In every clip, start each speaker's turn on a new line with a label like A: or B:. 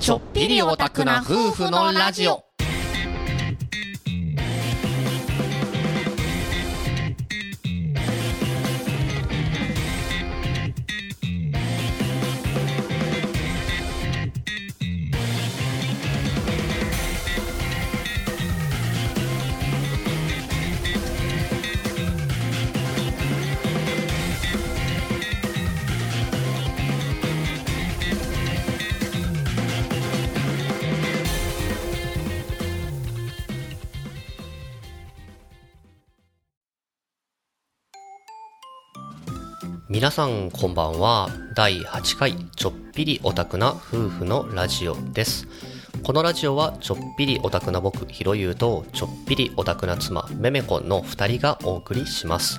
A: ちょっぴりオタクな夫婦のラジオ。
B: 皆さんこんばんは第8回ちょっぴりオタクな夫婦のラジオですこのラジオはちょっぴりオタクな僕ひろゆうとちょっぴりオタクな妻めめこんの2人がお送りします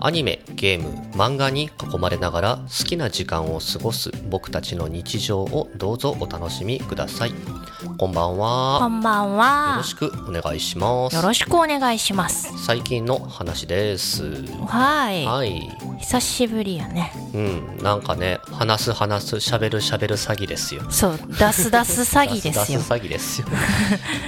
B: アニメゲーム漫画に囲まれながら好きな時間を過ごす僕たちの日常をどうぞお楽しみくださいこんばん
A: こ
B: は
A: んばん
B: よろ
A: は
B: し。くお願いします
A: よろしくお願いします。
B: 最近の話です
A: は
B: はい
A: い。久しぶりやね。
B: うん、なんかね、話す話す、喋る喋る詐欺ですよ。
A: そう、ダスダス詐欺で
B: 出
A: すよ。
B: す詐欺ですよ。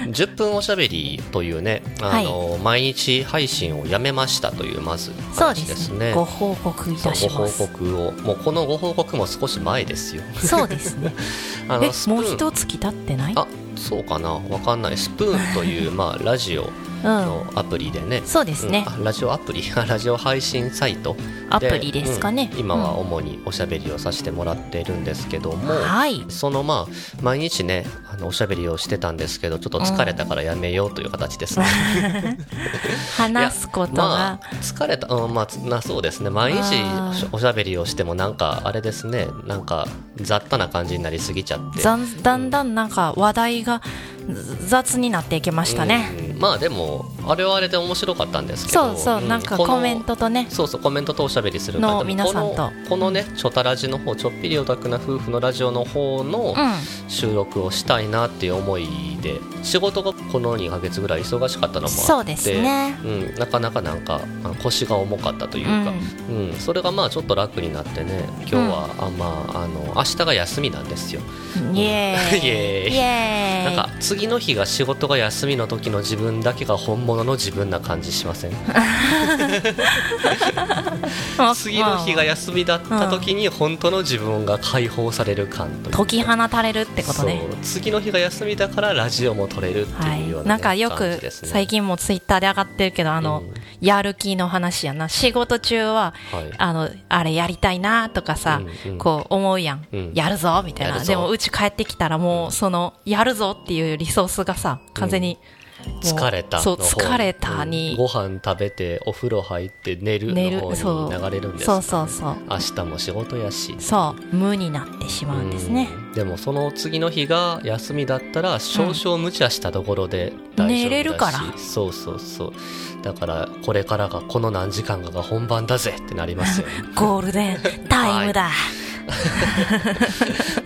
B: 10分おしゃべりというね、あの、毎日配信をやめましたというまず
A: そう
B: 話
A: で
B: です
A: す
B: ね。
A: ね。ご報告いた
B: そう
A: し
B: ご
A: ま
B: 報
A: す。
B: 告を、もうこのご報告も少し前ですよ。
A: そうですね。
B: あ
A: え
B: の、ス、プ
A: もう
B: ーン。
A: 一月経ってない
B: あ、そうかな、わかんない。スプーンと いう、まあ、ラジオ
A: うん。
B: のアプリでね。
A: そうですね
B: う。んあラジオアプリ ラジオ配信サイト
A: アプリですかね。
B: うん今は
A: うん
B: 主におしゃべりをさせてもらっているんですけども、
A: はい。
B: そのまあ毎日ねあのおしゃべりをしてたんですけどちょっと疲れたからやめようという形です ね、
A: 話すこと
B: ま
A: が
B: あ疲れた、うん、まあつなそうですね毎日
A: あー
B: おしおしゃべりをしてもなんかあれですねなんか雑多な感じになりすぎちゃって
A: ざんだんだんなんか話題が雑になっていきましたね。
B: うんまあでもあれはあれで面白かったんですけ
A: そ
B: ど
A: うそう、
B: う
A: なんか
B: この
A: コメントとね。
B: そうそうコメントとおしゃべりする
A: の
B: でも
A: 皆さんと
B: このこのねちょたラジの方ちょっぴりオタクな夫婦のラジオの方の
A: う
B: 収録をしたいなっていう思いで仕事がこの2ヶ月ぐらい忙しかったのもあっ
A: ん。
B: て
A: そうですね。
B: うん、なかなかなんかあの腰が重かったという
A: う
B: か、
A: ん。
B: うんそれがまあちょっと楽になってね今日は、あまああの明日が休みなんですよ
A: イエー イ
B: イエーイ
A: イエー
B: な
A: イ
B: んか次の日が仕事が休みの時の自分だけが本物の自分な感じしません
A: まあ
B: 次の日が休みだった時に本当の自分が解放される感というか
A: 解き放たれるってことね
B: そう次の日が休みだからラジオも撮れるって
A: は
B: いう
A: い
B: ようなね、
A: なんかよ
B: 感じ
A: く
B: ですね
A: 最近もツイッターで上がってるけどあの、やる気の話やな仕事中は
B: はい
A: あのあれやりたいなとかさ、
B: うんうん
A: こう思うやん、
B: うん
A: やるぞみたい
B: や
A: な
B: るぞ
A: でもうち帰ってきたらもうそのやるぞっていうリソースがさ完全に、もう
B: 疲れたの
A: そう
B: 方
A: 疲れたに
B: うんご飯食べてお風呂入って寝る
A: 寝
B: の
A: る
B: 方
A: そう
B: に流れるんです
A: そうそうそう
B: 明日も仕事やし
A: そう無になってしまうんですね、
B: うんでもその次の日が休みだったら少々無茶したところで大丈夫だし、
A: 寝れるから
B: そうそうそうだからこれからがこの何時間かが本番だぜってなりますよ ね
A: ゴールデンタイムだ、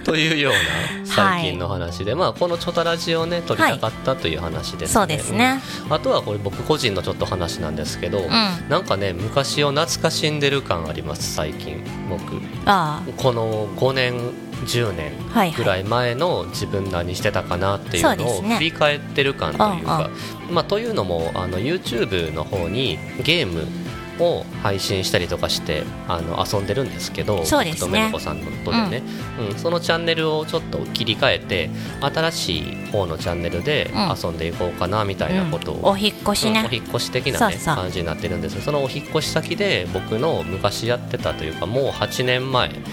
B: というような最近の話で、まあこの「チョタラジ」をね撮りたかったという話ですね、
A: そうですね
B: うんあとはこれ僕個人のちょっと話なんですけど、
A: うん
B: なんかね昔を懐かしんでる感あります最近僕
A: あ
B: この5年10年
A: あはい
B: ぐ
A: はい
B: らい前の自分何してたかなっていう
A: そ
B: の
A: うで
B: を
A: すね
B: 振り返ってる感という
A: う
B: かまあというのもあの YouTube の方にゲームを配信したりとかしてあの遊んでるんですけど
A: そうで
B: 僕と
A: すね
B: めめこさんのことでね、うんそのチャンネルをちょっと切り替えて新しい方のチャンネルで遊んでいこうかなみたいなことを
A: うん、お引っ越しね、
B: うんお引っ越し的な、ね、
A: そうそう
B: 感じになってるんですよそのお引っ越し先で僕の昔やってたというかもう8年前ぐらい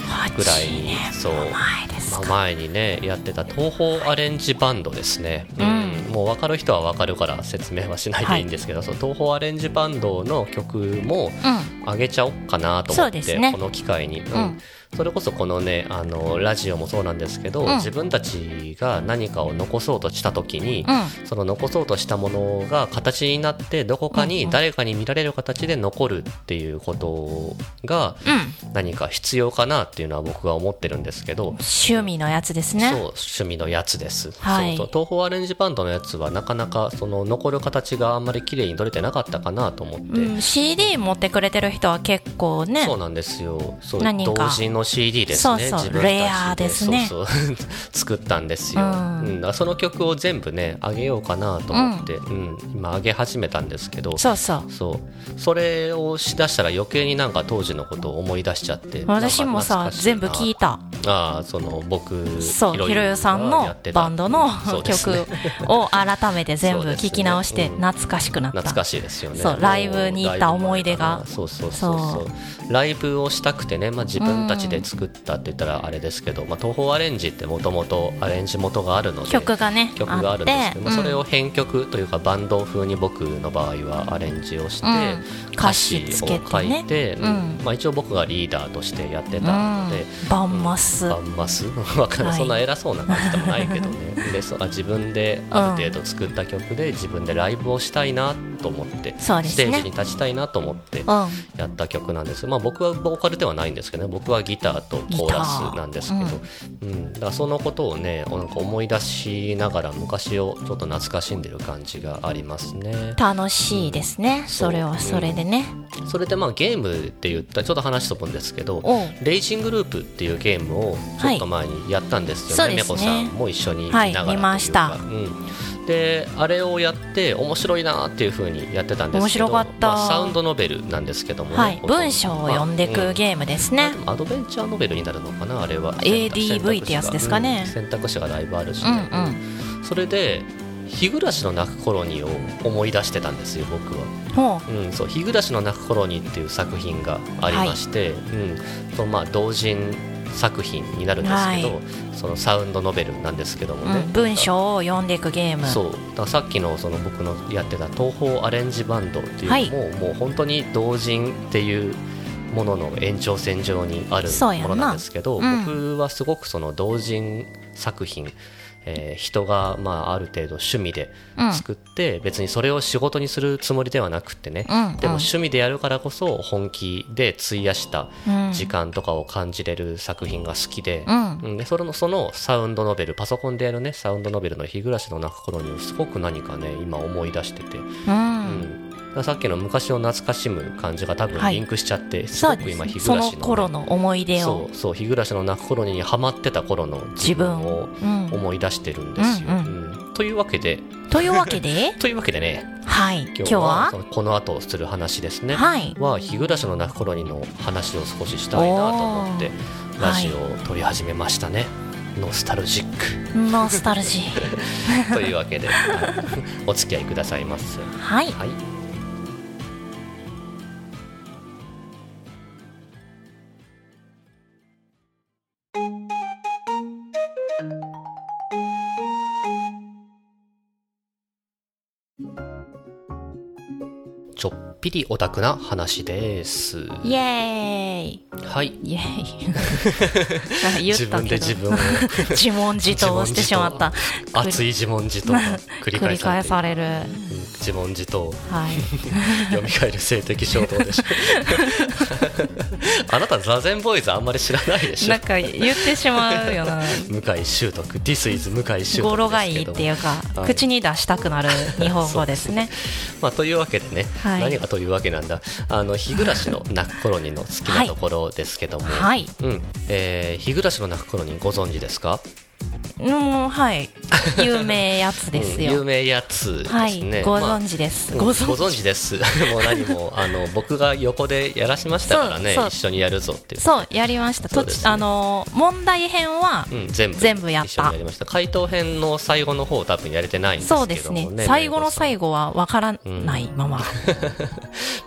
A: 8
B: に
A: 年
B: そう
A: 前です
B: まあ
A: か、
B: 前にねやってた東宝アレンジバンドですね、うんもう分かる人は分かるから説明はしないでいいんですけど、そう東宝アレンジバンドの曲も
A: うん
B: 上げちゃおっかなと思っ
A: そうで
B: て、
A: すね
B: この機会に、うん
A: うん
B: それこそこのねあのラジオもそうなんですけど、
A: うん
B: 自分たちが何かを残そうとした時に、
A: うん
B: その残そうとしたものが形になってどこか
A: うんう
B: に
A: ん
B: 誰かに見られる形で残るっていうことが
A: う
B: 何か必要かなっていうのは僕は思ってるんですけど、
A: ん、趣味のやつです
B: そう
A: ね
B: 趣味のやつです、
A: はい
B: そうそう東宝アレンジバンドのやつはなかなかその残る形があんまり綺麗に撮れてなかったかなと思って、
A: うん、CD 持ってくれてる人は結構ね
B: そうなんですよそう
A: 何人か
B: 同人のの CD ですね
A: そうそ
B: 自
A: う
B: 分たち
A: レアですね
B: そうそう 作ったんですよ、う
A: うんん
B: だからその曲を全部ねあげようかなと思って、うん今あげ始めたんですけど
A: そうそう
B: そうそれをしだしたら余計になんか当時のことを思い出しちゃって
A: 私もさ全部
B: 聴
A: 聞いた
B: ああその僕
A: そうひろゆさん
B: や
A: の
B: ってた
A: バンドの
B: そうですね
A: 曲を改めて全
B: そう
A: 部
B: ですね
A: 聞き直して
B: うん
A: 懐かしくなった
B: 懐かしいですよね
A: そうライブに行った思い出
B: もう
A: が
B: ライブ前かなそうそうそうそうライブをしたくてね、まあ、自分たちで作ったって言ったらあれですけど、まあ、東宝アレンジってもともとアレンジ元があるので
A: 曲がね
B: 曲が
A: あ
B: あ
A: っ
B: る
A: て
B: んですけど、まあ、それ
A: う
B: を
A: ん
B: 編曲というかバンド風に僕の場合はアレンジをして、
A: うん歌詞つ
B: 歌詞
A: けてね
B: を書いて、うん
A: うん
B: まあ、一応僕がリーダーとしてやってたので、
A: バンマス
B: バンマス わかんない
A: はい
B: そんな偉そうな感じでもないけど ねでそあ自分である程度作った曲で自分でライブをしたいなと思って、
A: そうで
B: ス
A: す
B: テージ
A: ね
B: に立ちたいなと思って
A: うん
B: やった曲なんです、まあ、僕はボーカルではないんですけどね僕はギターとコーラスなんですけど
A: ギ、
B: うんだからそのことをねなんか思い出しながら昔をちょっと懐かしんでる感じがありますね
A: 楽しいですねそれはそれでね
B: それでまあゲームって言ったらちょっと話飛ぶんですけど
A: おう
B: レイジングループっていうゲームをちょっと前にやったんですよね、
A: はい
B: ね
A: そ
B: こ
A: うです
B: さ
A: ね
B: んも一緒にいな
A: は
B: が
A: い
B: らというか、
A: 見ました
B: うん、であれをやって面白いなっていうふうにやってたんですけど
A: 面白かった
B: まあサウンドノベルなんですけどもね、
A: はい
B: ここ
A: 文章を読んで
B: まあう
A: くゲームです
B: ま
A: ね
B: あでもアドベンチャーノベルになるのかなあれは
A: ADV
B: 選択肢が
A: ってやつですかね
B: うん選択肢がだいぶあるし
A: う
B: ね、
A: んうん
B: それで日暮らしの泣く頃にを思い出してたんですよ僕は
A: ほう
B: うん、そう「日暮らしの泣く頃に」っていう作品がありまして、うんとまあ、同人作品になるんですけど、
A: は
B: そのサウンドノベルなんですけどもね、
A: うん文章を読んでいくゲーム
B: そうだからさっきのその僕のやってた東宝アレンジバンドっていう
A: はい
B: のも、もう本当に同人っていうものの延長線上にある
A: そうやん
B: も
A: な
B: のなんですけど、
A: うん
B: 僕はすごくその同人作品、えー人がまあある程度趣味で
A: うん
B: 作って、別にそれを仕事にするつもりではなくってね、
A: うん
B: でも趣味でやるからこそ本気で費やした
A: うん
B: 時間とかを感じれる作品が好きで
A: う、ん
B: うん、でそれのそのサウンドノベルパソコンでやるねサウンドノベルの「日暮らしの泣く頃に」すごく何かね今思い出してて、
A: う
B: うんん、だからさっきの昔を懐かしむ感じが多分
A: はい
B: リンクしちゃって、す
A: そ
B: ご
A: う
B: く
A: です
B: 今
A: ね
B: 日
A: そ
B: 暮ら
A: の
B: しの,、
A: 頃の思い出
B: そ
A: を
B: うそう日暮らしの泣く頃にハマってた頃の自分を
A: 自分をうん
B: 思い出してるんですよ。
A: うん
B: うんというわけで
A: というわ けで
B: というわけでね
A: はい今
B: 今
A: 日
B: 日は
A: は
B: そのこの後する話ですね。
A: はい
B: は日暮らしの泣く頃にの話を少ししたいなと思って
A: おー
B: ラジオを撮り始めましたね、ノスタルジック
A: ノスタルジ ー
B: というわけではいお付き合いくださいます
A: はい
B: はいちょっぴりオタクな話です
A: イエーイ
B: はい
A: イエーイ言
B: 自
A: った
B: 分で
A: け
B: 自
A: ど
B: 分を
A: 自問自答してしまった
B: 熱い自問自答が繰り返
A: 繰り
B: され
A: 返
B: て
A: される
B: うん自問自答
A: はい
B: 読み返る性的衝動でしょ あなた座禅ボーイズあんまり知らないでしょ
A: なんか言ってしまう よな
B: 向井修徳 This is 向井修徳
A: 語呂がいいっていうか
B: はい
A: 口に出したくなる日本語ですね
B: まあ、というわけでね、
A: はい
B: 何がというわけなんだあの日暮らしの泣く頃にの好きなところですけども、
A: はい
B: うんえー日暮らしの泣く頃にご存知ですか
A: う んはい有名やつです
B: うん有
A: よ
B: 名やつですね、
A: はいご
B: まあ
A: 存知です
B: うん
A: ご
B: ご
A: 存
B: 存知です もう何もあ の僕が横でやらしましたからね
A: そうそう
B: 一緒にやるぞっていう
A: そうやりました
B: そ
A: と
B: うですね
A: あのー問題編は
B: うん、全部
A: 全部やった
B: 一緒にやりました回答編の最後の方多分やれてないんですけど
A: そ
B: も
A: う
B: ね
A: ですね最後の最
B: 後
A: 後はわからないまま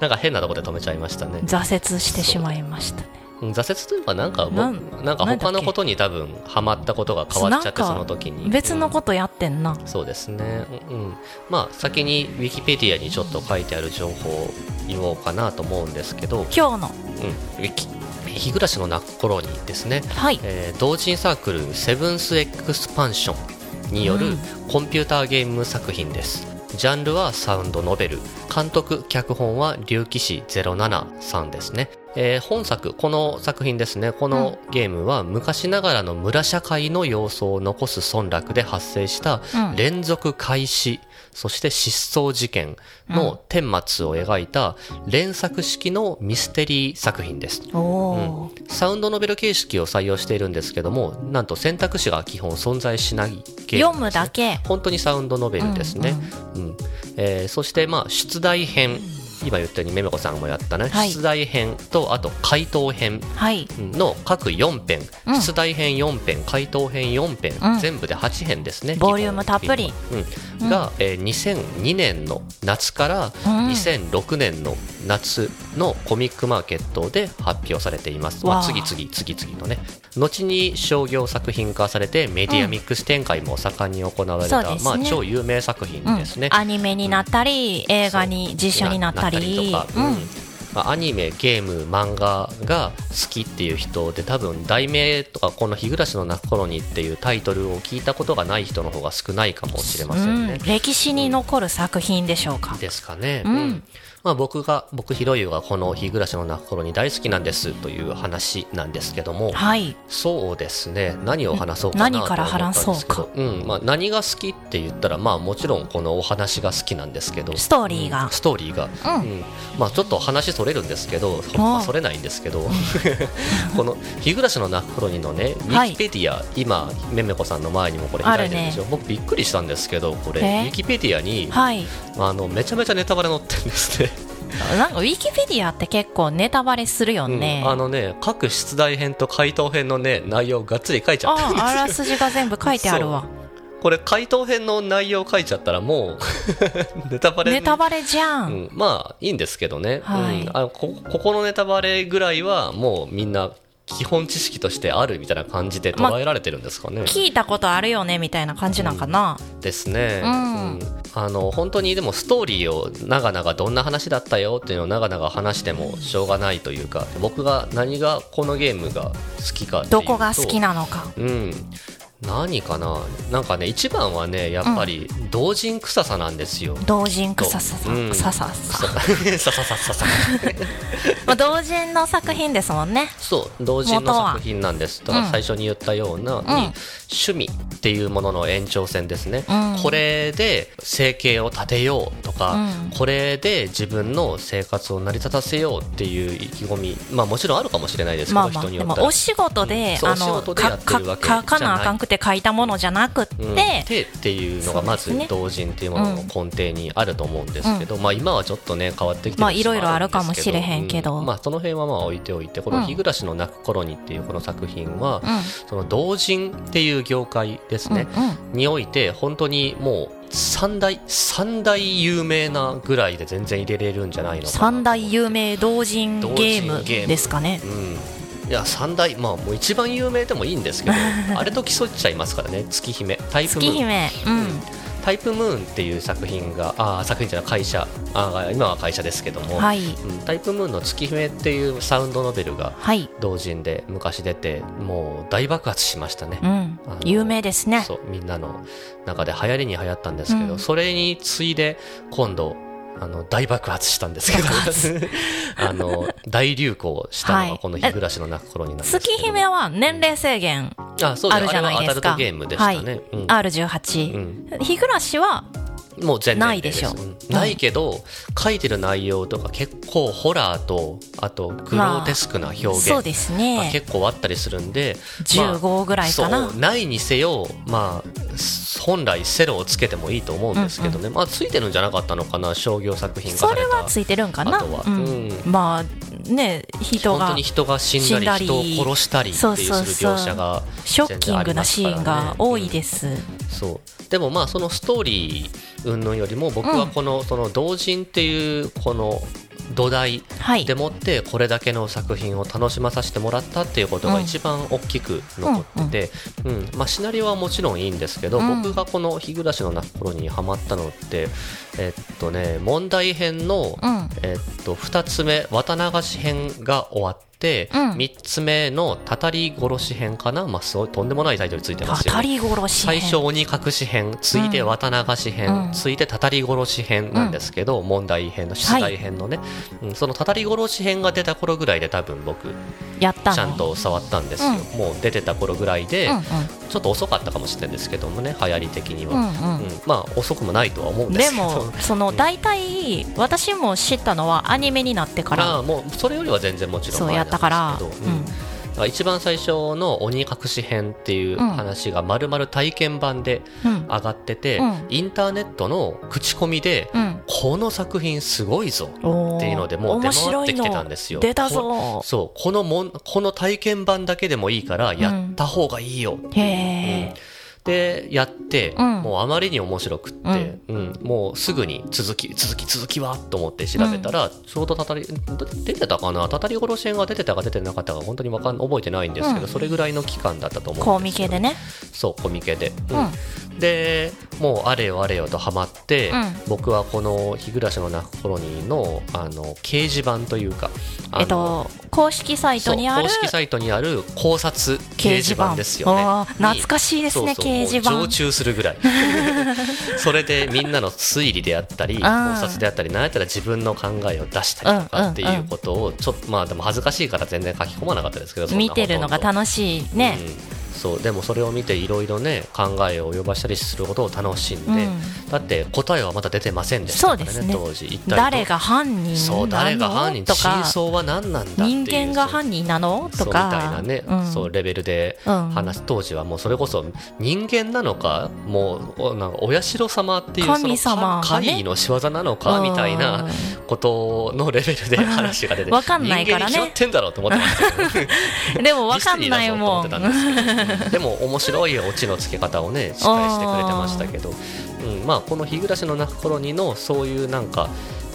B: なんか変なとこで止めちゃいましたね
A: 挫折してしまいましたね
B: うん挫折というかなんか僕
A: なん
B: なんか
A: なん
B: 他
A: だっけ
B: のことに多分ハマったことが変わっちゃって
A: なん
B: そ
A: か
B: の時に
A: 別の
B: と、
A: ことやってんな
B: うんそうですねうん、うんまあ先にウィキペディアにちょっと書いてある情報を言おうかなと思うんですけど、
A: 今日の
B: うん、ウィキ日暮らしの泣く頃にですね
A: はい
B: えー同人サークルセブンスエクスパンションによ
A: う
B: る
A: ん
B: コンピューターゲーム作品です、ジャンルはサウンドノベル監督脚本は龍騎士073ですねえー本作この作品ですねこのゲームは昔ながらの村社会の様相を残す村落で発生した
A: うん
B: 連続開始、そして失踪事件の顛末を描いた連作式のミステリー作品です
A: おおー、
B: サウンドノベル形式を採用しているんですけどもなんと選択肢が基本存在しないゲーム
A: 読むだけ
B: 本当にサウンドノベルですね、うんえーそしてまあ出題編今言ったようにめめこさんもやったね、
A: はい
B: 出題編とあと回答編
A: はい
B: の各4編、
A: うん
B: 出題編4編回答編4編、
A: うん
B: 全部で8編ですね
A: ボリュームたっぷり、
B: うん、が、えー2002年の夏から
A: うん
B: 2006年の夏のコミックマーケットで発表されています、まあ
A: わあ
B: 次々次々のね後に商業作品化されてメディアミックス展開も盛んに行われた、
A: そうですね
B: まあ、超有名作品
A: うん
B: ですね、
A: アニメになったり映画に実写になったり
B: ななったりとか、うんまあアニメゲーム漫画が好きっていう人で多分「題名」とか「この日暮らしの泣く頃に」っていうタイトルを聞いたことがない人の方が少ないかもしれませんね、
A: うん歴史に残る作品でしょうか、
B: ですかね、
A: うん
B: まあ、僕が僕ひろゆがこの「日暮らしの泣く頃に大好きなんです」という話なんですけども
A: はい
B: そうですね何を話そうかなと
A: 何
B: 思
A: から
B: ったん
A: 話
B: ですけ
A: そう
B: ど、うんまあ、何が好きって言ったら、まあ、もちろんこのお話が好きなんですけど
A: ストーリーが
B: うんストーリーが、
A: うん
B: うんまあ、ちょっと話それるんですけど、まあ、それないんですけど この「日暮らしの泣く頃に」のねウ
A: は
B: ィ
A: い
B: キペディア、今めめこさんの前にもこれ開いてるんですよ、僕びっくりしたんですけどこれウ
A: え
B: ィキペディアに
A: はい
B: あのめちゃめちゃネタバレ載ってるんですね。
A: なんかウィキペディアって結構ネタバレするよね、
B: うんあのね各出題編と回答編のね内容がっつり書いちゃってるんですよ
A: ああらすじが全部書いてあ るわ
B: これ回答編の内容書いちゃったらもう ネタバレ
A: ネタバレじゃ、
B: うんん、まあいいんですけどね、
A: はい
B: うん、あこここのネタバレぐらいはもうみんな基本知識としてあるみたいな感じで捉えられてるんですかね、
A: 聞いたことあるよねみたいな感じなんかな、
B: ですね、
A: うん
B: あの本当にでもストーリーを長々どんな話だったよっていうのを長々話してもしょうがないというか僕が何がこのゲームが好きかっていうと
A: どこが好きなのか
B: うん何かななんかね一番はねやっぱり同人臭さなんですよ、
A: 同人くさささ、
B: うん
A: ささ さ、
B: さささささ
A: まあ、同人の作品ですもんね
B: そう同人の
A: 元は
B: 作品なんですだから
A: うん
B: 最初に言ったような、に趣味っていうものの延長線ですね、
A: うん
B: これで生計を立てようとか、
A: うん
B: これで自分の生活を成り立たせようっていう意気込みまあもちろんあるかもしれないですけど、
A: まあまあ
B: 人に
A: で
B: よっ
A: も
B: たら
A: お仕事で,、
B: そう
A: あ
B: お仕
A: の
B: 事でや
A: か
B: って
A: か
B: るわけ
A: 書かなあかんくて書いたものじゃなくって、
B: うん手っていうのがまず
A: そうですね
B: 同人っていうものの根底にあると思うんですけど、まあ今はちょっとね変わってきて
A: まあ
B: る節も
A: いろいろあるか
B: ん
A: も
B: です
A: しれへんけど
B: うまあその辺はまあ置いておいてこ
A: う
B: の「
A: ん
B: 日暮らしの泣く頃に」っていうこの作品は、
A: うん
B: その同人っていう業界ですね、
A: うんうん
B: において本当にもう三大三大有名なぐらいで全然入れれるんじゃないのかな
A: 三大有名同人ゲー
B: 同人ゲーム
A: ムですかね
B: うんいや三大まあもう一番有名でもいいんです けどあれと競っちゃいますからね月姫タイプム
A: 月
B: ーン
A: 姫うん
B: タイプムーンっていう作品があー作品じゃない会社あー今は会社ですけども、
A: はい
B: うんタイプムーンの「月姫」っていうサウンドノベルが
A: はい
B: 同人で昔出てもう大爆発しましたね
A: う、ん
B: あの
A: 有名ですね
B: そうみんなの中で流行りに流行ったんですけど、
A: うん
B: それに次いで今度あの大爆発したんですけど あの大流行したの
A: は
B: が
A: い
B: この日暮らしの泣く頃になるんですけ
A: 月
B: ど
A: 姫は年齢制限
B: あそうです
A: あるじゃな
B: あれ
A: いですか
B: はアダルトゲームでしたね、うん
A: R18
B: うん
A: 日暮らしは
B: もう全然
A: ないでしょ
B: うん
A: うん
B: ないけど、書いてる内容とか結構ホラーとあとグロテスクな表現
A: そうです
B: が
A: ね
B: 結構あったりするんで、
A: 15ぐらいかな
B: そうないにせよ、まあ、本来セロをつけてもいいと思うんですけどね、まあ、ついてるんじゃなかったのかな商業作品化
A: そ
B: され
A: れ
B: た
A: はついてるんかな
B: あとは
A: うん
B: う
A: まあね人
B: 本当
A: が
B: に人が死んだり
A: 死んだり
B: 人を殺したりっていうする描写が
A: ショッキングなシーンが多いです
B: そうでもまあそのストーリー云々よりも僕はこの,、その同人っていうこの土台
A: はい
B: でもってこれだけの作品を楽しまさせてもらったっていうことが一番大きく残ってて、うんまあ、シナリオはもちろんいいんですけど、
A: うん
B: 僕がこの「日暮らしの泣く頃」にハマったのってえっとね問題編の、
A: うん
B: えっと2つ目綿流し編が終わって、
A: うん
B: 3つ目のたたり殺し編かなまあすごいとんでもないタイトルついてま
A: た
B: すよ、ね、
A: たり殺し
B: 最
A: 編
B: 初鬼隠し編ついて綿流し編、
A: うん
B: ついてたたり殺し編なんですけど、問題編の出題編のね、うん、そのたたり殺し編が出た頃ぐらいで多分僕ち
A: やったの
B: ゃんと触ったんですよ、もう出てた頃ぐらいで、
A: うん
B: ちょっと遅かったかもしれないですけどもね流行り的に
A: う
B: は、
A: んうんうん
B: うんまあ遅くもないとは思うんで
A: です
B: けど
A: も その大体私も知ったのはアニメになって
B: ま
A: から
B: あもうそれよりは全然もちろん
A: そう
B: 前
A: や
B: な
A: っ
B: ん
A: たから
B: ですけ
A: う
B: どうんんだから一番最初の鬼隠し編っていう話がまるまる体験版で
A: うん
B: 上がってて、
A: うん
B: インターネットの口コミで、
A: うん
B: この作品すごいぞ
A: おー
B: っていうのでもう出回
A: 面白
B: って
A: い
B: き
A: の
B: てたんですよ
A: 出たぞ
B: そうこのもんこの体験版だけでもいいからやった方がいいよ、
A: へ
B: うん
A: え
B: でやって、
A: うん
B: もうあまりに面白くって、うんもうすぐに続き続き続きはと思って調べたら、ちょうどたたり出てたかなたたり殺し編が出てたか出てなかったか本当にわかん覚えてないんですけど、
A: うん
B: それぐらいの期間だったと思
A: コ
B: うん
A: ミ
B: ですけ
A: ケ
B: ど
A: でね
B: そうコミケで、
A: う
B: うんんでもうあれよあれよとハマって、
A: うん
B: 僕はこの「日暮らしの泣く頃にの」あの掲示板というかあの
A: えっと公式サイトにある
B: そう公式サイトにある考察掲示板ですよね
A: あー
B: に
A: 懐かしいですね
B: そうそう
A: 掲示
B: もう
A: 板
B: 常駐するぐ らいそれでみんなの推理であったり考察であったり何やったら自分の考えを出したりと
A: うんうんう
B: か
A: ん
B: っていうことをちょっとまあでも恥ずかしいから全然書き込まなかったですけどそんな
A: 見てるのが
B: ほとんど
A: 楽しいね
B: うん、そうでもそれを見ていろいろね考えを及ばしたりすることを楽しんで、
A: うん
B: だって答えはまだ出てませんでしたからね
A: そうですね
B: 当時一体ど
A: 誰が犯人なの
B: そう誰が犯人
A: とか
B: 真相は何なんだっていう
A: 人間が犯人なのと
B: そう
A: か
B: みたいなね、
A: うん
B: そうレベルで
A: うん
B: 話す当時はもうそれこそ人間なのかもうおなんかお社様っていう
A: 神
B: その
A: 様がね
B: 怪異の仕業なのかみたいなことのレベルで話が出て
A: わかんないからね
B: 人間に決まってんだろうと思ってましたけど
A: うんでもわかんないも
B: デ
A: ん
B: ィスニーだぞと思ってたんですけど でも面白いオチのつけ方をねしっかりしてくれてましたけど、うんまあ、この「日暮らしの泣く頃に」のそういうなんか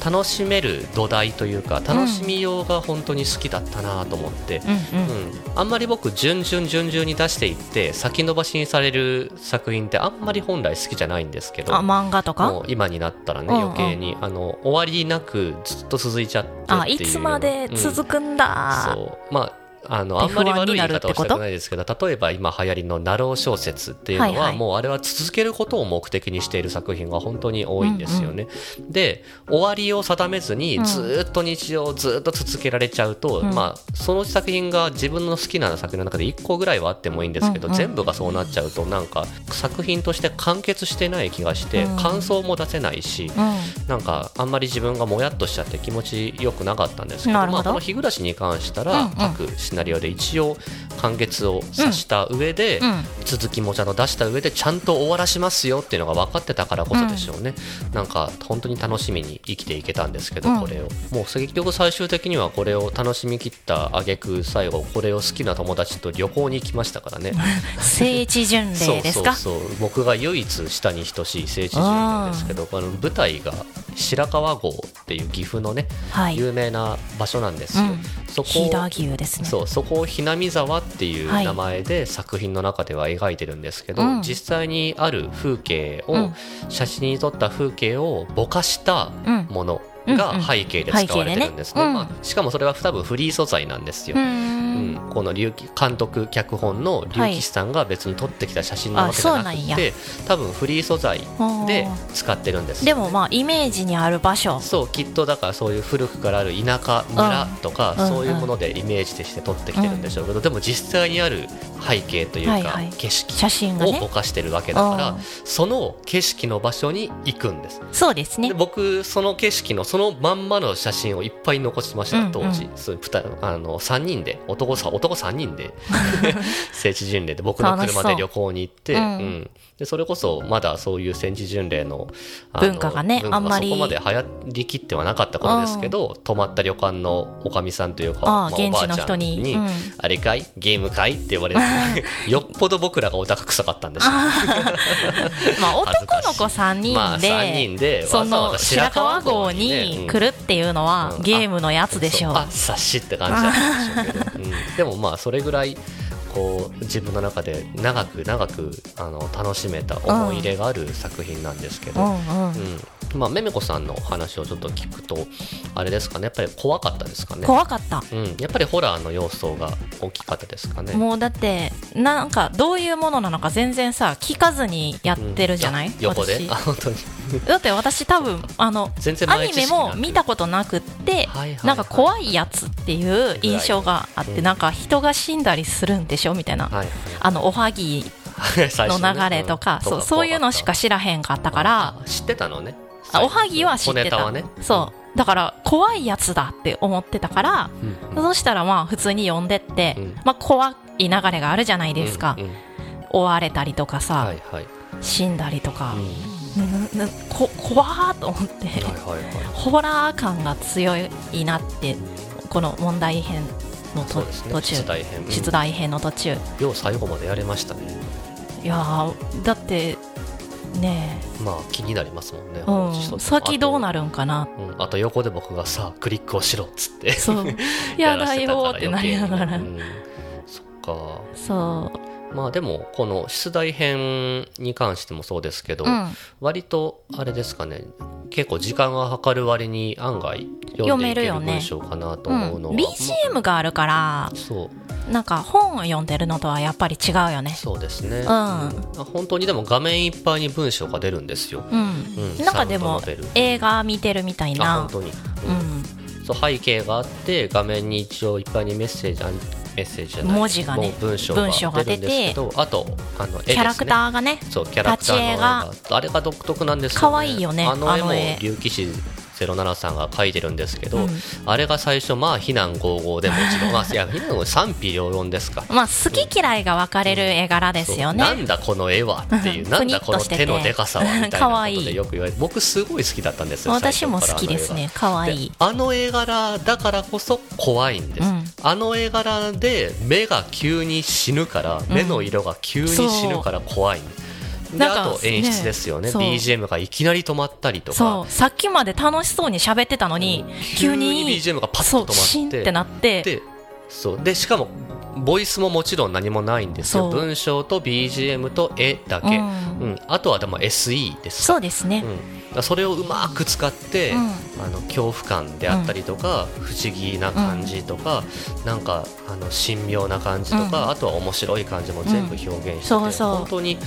B: 楽しめる土台というか楽しみようが本当に好きだったなと思って。
A: う
B: う
A: んう
B: んん、あんまり僕順々順々に出していって先延ばしにされる作品ってあんまり本来好きじゃないんですけど
A: あ漫画と
B: も
A: か
B: う今になったらね
A: うんうん
B: 余計に、あの終わりなくずっと続いちゃってっていう
A: あいつまで
B: うん
A: 続くんだ
B: そうまああのあ
A: で
B: んまり
A: 不安
B: 悪
A: に
B: い
A: な
B: 言い
A: るっ
B: 方
A: てこ
B: をし
A: と
B: たくないですけど例えば今流行りの「ナロー小説」っていうのは、
A: はいはい
B: もうあれは続けることを目的にしている作品が本当に多いんですよね。で終わりを定めずに
A: うん
B: ずっと日常をずっと続けられちゃうと、
A: うん
B: まあ、その作品が自分の好きな作品の中で1個ぐらいはあってもいいんですけど、
A: うんうん
B: 全部がそうなっちゃうとなんか作品として完結してない気がして、
A: うん
B: 感想も出せないし。
A: う
B: なんかあんまり自分がもやっとしちゃって気持ちよくなかったんですけど
A: なるほど
B: まあ、この日暮らしに関した
A: う
B: ら
A: んうん
B: 各シナリオで一応完結をさした上で、
A: んうん
B: 続きもちゃんと出した上でちゃんと終わらしますよっていうのが分かってたからこそでしょうね、なんか本当に楽しみに生きていけたんですけど、
A: うん
B: これをもう結局最終的にはこれを楽しみきった挙句最後これを好きな友達と旅行に行きましたからね
A: 聖地巡礼ですか
B: そうそうそう僕が唯一下に等しい聖地巡礼ですけどこの舞台が白川郷っていう岐阜のね、
A: はい
B: 有名な場所なんですよ、
A: うん
B: そこ
A: 飛騨
B: を
A: 牛ですね
B: そうそこをひなみ沢っていう
A: はい
B: 名前で作品の中では描いてるんですけど、
A: うん
B: 実際にある風景を、
A: うん
B: 写真に撮った風景をぼかした
A: うん
B: もの
A: うんう
B: が
A: ん
B: 背景で使われてるんですね,、
A: 背景でねうん
B: まあ、しかもそれは多分フリー素材なんですよ、
A: う
B: うん
A: ん
B: この龍騎監督脚本の龍騎士さんが別に撮ってきた写真なわけじゃなくて、
A: はいあそうなんや
B: 多分フリー素材で使ってるんです
A: でもまあイメージにある場所
B: そうきっとだからそういう古くからある田舎村とか、
A: うん
B: そういうものでイメージとして撮ってきてるんでしょうけど、でも実際にある背景というか、
A: はいはい
B: 景色
A: 写真が
B: を
A: ね
B: ぼかしてるわけだから、
A: うん
B: その景色の場所に行くんです
A: そうですね
B: で僕その景色のそのまんまの写真をいっぱい残しまし
A: うんう
B: た
A: ん
B: 当時、そうふたあの3人で男さ男3人 で聖地巡礼で僕の
A: 楽しそう
B: 車で旅行に行って
A: う
B: うんんでそれこそまだそういう戦地巡礼のあの
A: 文化がねあんまり
B: そこまで流行りきってはなかった頃ですけど泊まった旅館のおかみさんというか
A: あ
B: まあ
A: あ現地
B: おば
A: の
B: あちゃ
A: 人
B: ん
A: に
B: に
A: うん
B: あれかいゲームかいって言われて よっぽど僕らがオタク臭かったんでしょうね
A: まあ
B: 恥ず
A: 男
B: かしい
A: の子3人で,、
B: まあ3人で
A: そ
B: わざわ
A: の
B: ざ
A: 白
B: 白
A: 川
B: 川
A: 郷
B: 郷にね
A: に来るっていうのは
B: うん
A: ゲームのやつでしょう、
B: そうあ察しって感じだったんでしょうけど、うんでもまあそれぐらいこう自分の中で長く長くあの楽しめた思い入れがある作品なんですけど、
A: うん
B: う
A: うん
B: んまあ、めめこさんの話をちょっと聞くとあれですかねやっぱり怖かったですかね
A: 怖かった
B: うん、やっぱりホラーの要素が大きかったですかね。
A: もうだってなんかどういうものなのか全然さ聞かずにやってるじゃない、
B: うんあ横で
A: 私
B: あ本当に
A: だって私多分あの
B: 全然
A: ア
B: 前
A: ニ
B: 知
A: メ
B: 識なく
A: も見たことなくって、
B: はいはいはい
A: なんか怖いやつっていう印象があって、
B: うん
A: なんか人が死んだりするんでしょみたいな、
B: はい
A: あのおはぎ
B: はい、最
A: の
B: 初ね
A: 流れとか、
B: ん
A: そうそういうのしか知らへんかったから
B: あ、知ってたのね
A: あおはぎは知って
B: 小ネ
A: た
B: タはね
A: そうだから怖いやつだって思ってたから、
B: うん、うん
A: そしたらまあ普通に読んでって、
B: うん
A: まあ、怖い流れがあるじゃないですか、
B: うんうん
A: 追われたりとかさ、
B: はいはい、
A: 死んだりとか
B: うん、
A: ぬぬこ怖ーと思って、
B: はいはいは
A: ホラー感が強いなってこの問題編の
B: い
A: と、
B: そうですね
A: 途中
B: 出題編うん
A: 出題編の途中
B: よう最後までやれましたね
A: いやーだってね
B: まあ気になりますもんね、
A: え、う
B: 放置しとっ
A: ん、
B: ても
A: 先どうなるんかな
B: あとうん、あと横で僕がさクリックをしろっつって
A: そう やだよーってなりながら、
B: うんそっか
A: そ
B: まあでもこの出題編に関してもそうですけど、
A: う、うん、
B: 割とあれですかね結構時間が計る割に案外読んでいける
A: 読めるよね
B: 文章かなと
A: う、
B: 思うんのは、
A: BGM があるから
B: そう
A: なんか本を読んでるのとはやっぱり違うよね
B: そうですね、
A: ん
B: あ本当にでも画面いっぱいに文章が出るんですよ、
A: うん
B: うん、
A: なんかでも
B: サウンドノベル
A: 映画見てるみたい
B: あ
A: な
B: 本当に、
A: うん
B: そう背景があって画面に一応いっぱいにメッセージあメッセージじゃない
A: 文字がね
B: もう文章
A: 文章
B: が
A: が
B: 出る
A: 出
B: ん
A: て
B: ですけどあとあの絵です、
A: キ
B: ね、
A: ャラクターがね
B: そうキャラクターの絵があれが独特なんですよね
A: 可愛いよね
B: あの絵
A: あ
B: も
A: の絵
B: 竜騎士07さんが描いてるんですけど、
A: うん
B: あれが最初まあ非難合々でもちろんまあいや非難合々賛否両論ですか
A: まあ好き嫌いが分かれる絵柄ですよね
B: そうなんだこの絵はっていううんなんだこの手のでかさはみたいな
A: 可
B: こ
A: 愛
B: と
A: い
B: でよく言われて僕すごい好きだったんですよ
A: 私も
B: 最
A: 好
B: 初
A: き
B: から
A: ですね可
B: あの絵が
A: 愛い
B: あの絵柄だからこそ怖いんです、
A: うん
B: あの絵柄で目が急に死ぬから目の色が急に死ぬから怖いんです、で
A: なんか
B: あと演出ですよね
A: ねそう
B: BGM がいきなり止まったりとか
A: そうさっきまで楽しそうに喋ってたのに急に
B: BGM がパ
A: そ
B: ッ
A: う
B: と止まっ
A: シンっててなって
B: でそうでしかもボイスももちろん何もないんですよ
A: そう
B: 文章と BGM と絵だけ、
A: う
B: うん
A: ん
B: あとはでも SE です
A: そうですね
B: うん、だからそれをうまく使って、
A: うん
B: あの恐怖感であったりとか、不思議な感じとか、なんかあの神妙な感じとか、
A: うん
B: あとは面白い感じも全部表現してて、
A: んそうそう
B: 本当に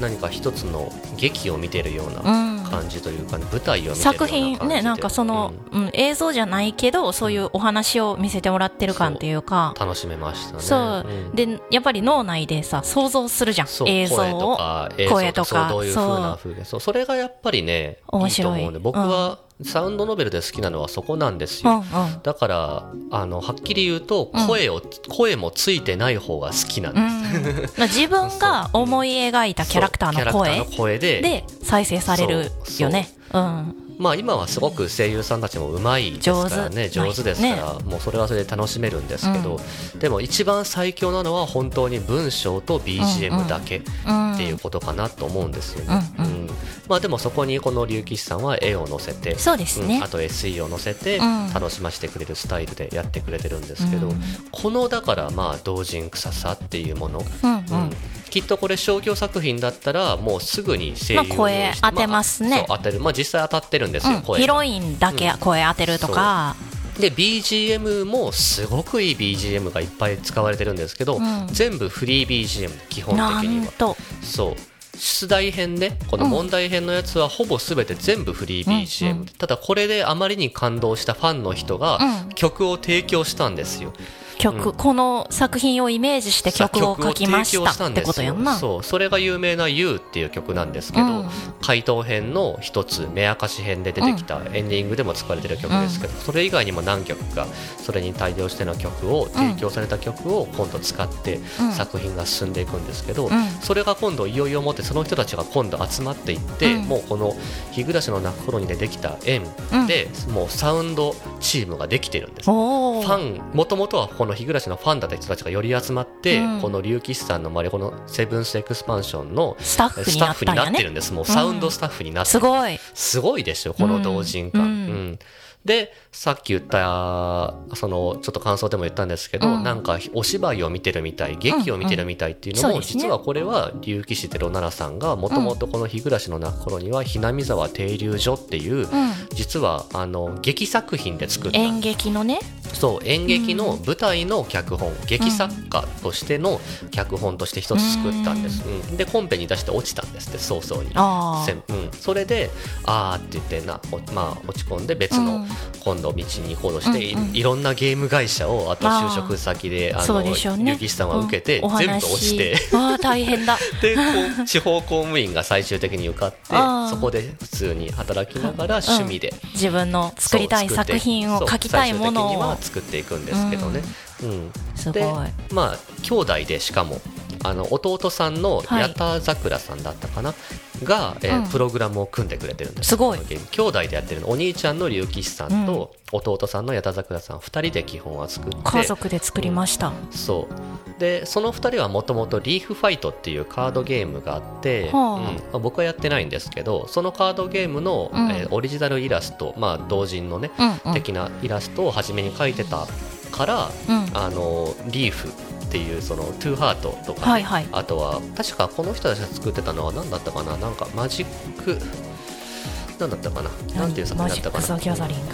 B: 何か一つの劇を見てるよう
A: う
B: なん感じというか、舞台を見てるような感じで
A: 作品ねなんかその
B: うん
A: うん映像じゃないけどそういうお話を見せてもらってる感っていうか
B: 楽しめましたね。
A: そう
B: うん
A: でやっぱり脳内でさ想像するじゃん
B: そう
A: 映像
B: 声と
A: を
B: か映像
A: 声とか
B: そうどういう風な風景そうそれがやっぱりね
A: 面白い
B: いと思うんで僕はサウンドノベルで好きなのはそこなんです
A: う
B: よ、
A: んうん
B: だからあのはっきり言うと
A: うん
B: 声を、声もついてない方が好きなん
A: う
B: で
A: ん、自分が思い描いた
B: す、
A: キャラクターの
B: そうキ
A: 声
B: ャラクターの声で
A: で再生されるよね。うん、
B: まあ、今はすごく声優さんたちもうまいですからね
A: 上手
B: 上手ですから、もうそれはそれで楽しめるんですけど、でも一番最強なのは本当に文章と BGM だけ
A: うん
B: っていうことかなと思うんですよね、
A: うんうん
B: まあ、でもそこにこの竜騎士さんは絵を載せて
A: そうです
B: うん
A: ね
B: あ。と SE を載せて
A: うん
B: 楽しませてくれるスタイルでやってくれてるんですけど、
A: うん
B: このだからまあ同人臭さっていうもの、
A: うんう
B: うん
A: ん、
B: きっとこれ商業作品だったらもうすぐに声優
A: まあ声当てますね
B: あそう当てるまあ実際当たってるんですよ、
A: うん、
B: 声
A: ヒロインだけ声当てるとか、
B: で BGM もすごくいい BGM がいっぱい使われてるんですけど、
A: うん
B: 全部フリー BGM 基本
A: な
B: 的に
A: ん
B: は
A: と、
B: そう出題編ねこの問題編のやつはほぼ全て全部フリー BGM、
A: うんうん
B: ただこれであまりに感動したファンの人が
A: うん
B: 曲を提供したんですよ、
A: 曲、
B: うん
A: この作品をイメージして曲を書きましたってことやんな。
B: そうそれが有名な「YOU」っていう曲なんですけど、
A: うん
B: 回答編の一つ目明かし編で出てきたエンディングでも使われてる曲ですけど、それ以外にも何曲かそれに対応しての曲を提供された曲を今度使って
A: うん
B: 作品が進んでいくんですけど、
A: うん
B: それが今度いよいよもってその人たちが今度集まっていって、
A: うん
B: もうこの「日暮らしの泣く頃に」でできた縁で、もうサウンドチームができてるんです
A: おお、
B: ファンもともとはこの日暮らしのファンだった人たちがより集まって、
A: うん
B: この竜騎士さんの周りこのセブンスエクスパンションの
A: スタッフ
B: ス
A: に
B: タッ
A: なっ
B: フ
A: た
B: に
A: ん
B: な
A: や
B: って
A: ね
B: る。んですもうサウンドスタッフになって
A: す
B: る、
A: ごい。
B: すごいでしょこの同人感、
A: うん
B: うんでさっき言ったそのちょっと感想でも言ったんですけど、
A: うん
B: なんかお芝居を見てるみたい劇を見てるみたいっていうのも、
A: うんうんそうですね
B: 実はこれは竜騎士07さんがもともとこの日暮らしの泣く頃には「南沢停留所」っていう
A: うん
B: 実はあの劇作品で作った
A: 演劇のね
B: そう演劇の舞台の脚本、劇作家としての脚本として一つ作ったんです、うんでコンペに出して落ちたんですって早々に。
A: あ
B: せんうん、それであーって言ってな、おまあ、落ち込んで別
A: う
B: の
A: ん
B: 今度道に行こうとして、い
A: うんうん
B: いろんなゲーム会社をあと就職先であ
A: そ
B: の
A: うでしょうね
B: 竜騎士さんは受けて、
A: うんお話
B: 全部落ちて
A: ああ大変だ
B: でこう地方公務員が最終的に受かって
A: あー
B: そこで普通に働きながら趣味で
A: 自 分の作りたい
B: そうって
A: 作品を書きたいも
B: そう最終的に
A: のを
B: は作っていくんですけどね、うん
A: すごい
B: でまあ兄弟でしかもあの弟さんの
A: はい
B: 八田桜さんだったかな、が、えー
A: うん
B: プログラムを組んでくれてるんです
A: すごい
B: このゲーム兄弟でやってるのお兄ちゃんの龍騎士さんと、弟さんの八田桜さん2人で基本は作って
A: 家族で作りました、
B: そうでその2人はもともとリーフファイトっていうカードゲームがあって、
A: はあ
B: うんまあ僕はやってないんですけどそのカードゲームの、
A: うん
B: えーオリジナルイラスト、まあ、同人のね、
A: うんうん
B: 的なイラストを初めに描いてたから、
A: うん
B: あのリーフっていうそのトゥーハートとかね、
A: はいはい
B: あとは確かこの人たちが作ってたのは何だったかななんかマジック何だったかななんていう作
A: マ
B: 品だっ
A: ジッ
B: た
A: ク
B: か
A: ス・
B: な
A: ギャザリング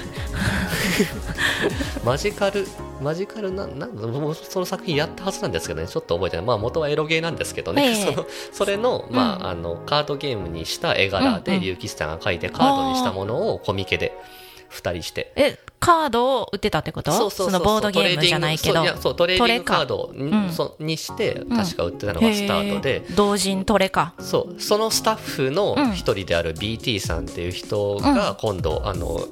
B: マジカル、マジカルな、なんもうその作品やったはずなんですけどね、ちょっと覚えてない。まあ元はエロゲーなんですけどね、
A: ええ
B: そのそれの、まあ、
A: うん
B: あの、カードゲームにした絵柄
A: うん
B: で、
A: うん
B: 龍吉さんが描いてカードにしたものをコミケで2人して。
A: えカードを売ってたってこと
B: そうそうそうそう
A: のボードゲームじゃないけど
B: トレーディングそうやそうトレーディング
A: トレか
B: カードに,、
A: うん
B: そにして
A: ん
B: 確か売ってたのがスタートで、
A: へー同人トレか
B: そうそのスタッフの
A: うん
B: 一人である BT さんっていう人が今度、あの